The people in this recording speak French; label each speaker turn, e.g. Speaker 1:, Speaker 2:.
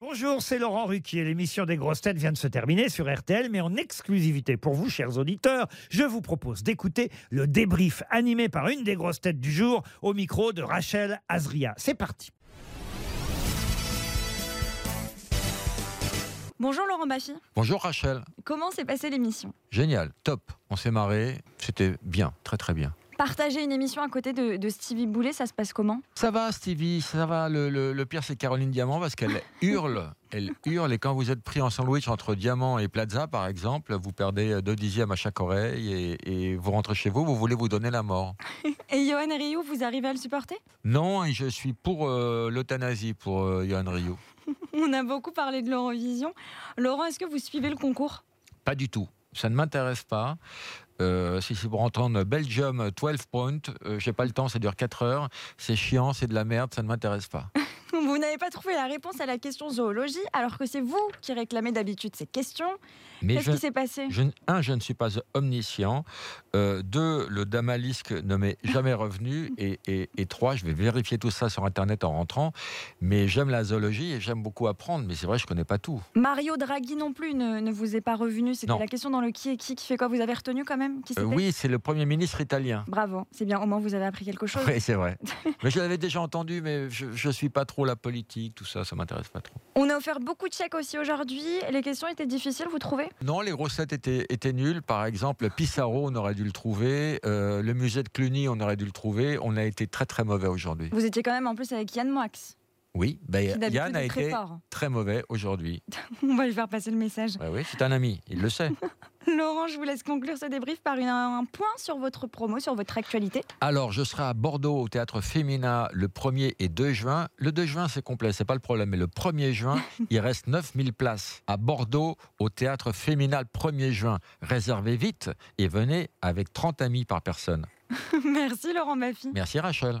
Speaker 1: Bonjour, c'est Laurent Ruquier. L'émission des grosses têtes vient de se terminer sur RTL, mais en exclusivité pour vous, chers auditeurs, je vous propose d'écouter le débrief animé par une des grosses têtes du jour au micro de Rachel Azria. C'est parti.
Speaker 2: Bonjour Laurent Baffy,
Speaker 3: Bonjour Rachel.
Speaker 2: comment s'est passée l'émission
Speaker 3: Génial, top. On s'est marré. C'était bien, très très bien.
Speaker 2: Partager une émission à côté de, de Stevie Boulet, ça se passe comment
Speaker 3: Ça va Stevie, ça va. Le, le- le pire c'est Caroline Diamant parce qu'elle hurle. Elle hurle et quand vous êtes pris en sandwich entre Diamant et Plaza par exemple, vous perdez deux dixièmes à chaque oreille et, et vous rentrez chez vous, vous voulez vous donner la mort.
Speaker 2: Et Johan Rioux, vous arrivez à le supporter
Speaker 3: Non, et je suis pour euh, l'euthanasie pour euh, Johan Rio.
Speaker 2: On a beaucoup parlé de l'Eurovision. Laurent, est-ce que vous suivez le concours
Speaker 3: Pas du tout. Ça ne m'intéresse pas. Euh, si c'est pour entendre Belgium 12 points, euh, j'ai pas le temps, ça dure 4 heures. C'est chiant, c'est de la merde, ça ne m'intéresse pas.
Speaker 2: Vous n'avez pas trouvé la réponse à la question zoologie, alors que c'est vous qui réclamez d'habitude ces questions.
Speaker 3: Mais
Speaker 2: Qu'est-ce
Speaker 3: je,
Speaker 2: qui s'est passé
Speaker 3: Je ne- un, je ne suis pas omniscient. Euh, deux, le damalisque ne m'est jamais revenu. Et, et- et trois, je vais vérifier tout ça sur Internet en rentrant. Mais j'aime la zoologie et j'aime beaucoup apprendre. Mais c'est vrai, je connais pas tout. Euh,
Speaker 2: Mario Draghi non plus ne, ne vous est pas revenu. C'était
Speaker 3: Non.
Speaker 2: la question dans le qui et qui qui fait quoi. Vous avez retenu quand même qui
Speaker 3: Euh,
Speaker 2: c'était
Speaker 3: oui, c'est le Premier ministre italien.
Speaker 2: Bravo, c'est bien. Au moins vous avez appris quelque chose.
Speaker 3: Oui, c'est vrai. Mais je l'avais déjà entendu, mais je ne suis pas trop la politique, tout ça, ça m'intéresse pas trop.
Speaker 2: On a offert beaucoup de chèques aussi aujourd'hui. Les questions étaient difficiles, vous trouvez
Speaker 3: Non, les recettes étaient, étaient nulles. Par exemple, Pissarro, on aurait dû le trouver. Euh, le musée de Cluny, on aurait dû le trouver. On a été très très mauvais aujourd'hui.
Speaker 2: Vous étiez quand même en plus avec Yann Moix,
Speaker 3: Oui, ben,
Speaker 2: qui d'habitude
Speaker 3: Yann a
Speaker 2: est très
Speaker 3: été
Speaker 2: fort.
Speaker 3: très mauvais aujourd'hui.
Speaker 2: On va lui faire passer le message.
Speaker 3: Bah oui, c'est un ami, il le sait.
Speaker 2: Laurent, je vous laisse conclure ce débrief par une- un point sur votre promo, sur votre actualité.
Speaker 3: Alors, je serai à Bordeaux au théâtre Femina le 1er et 2 juin. Le 2 juin, c'est complet, c'est pas le problème, mais le 1er juin, il reste 9000 places à Bordeaux au théâtre Femina le 1er juin. Réservez vite et venez avec 30 amis par personne.
Speaker 2: Merci Laurent Baffy.
Speaker 3: Merci Rachel.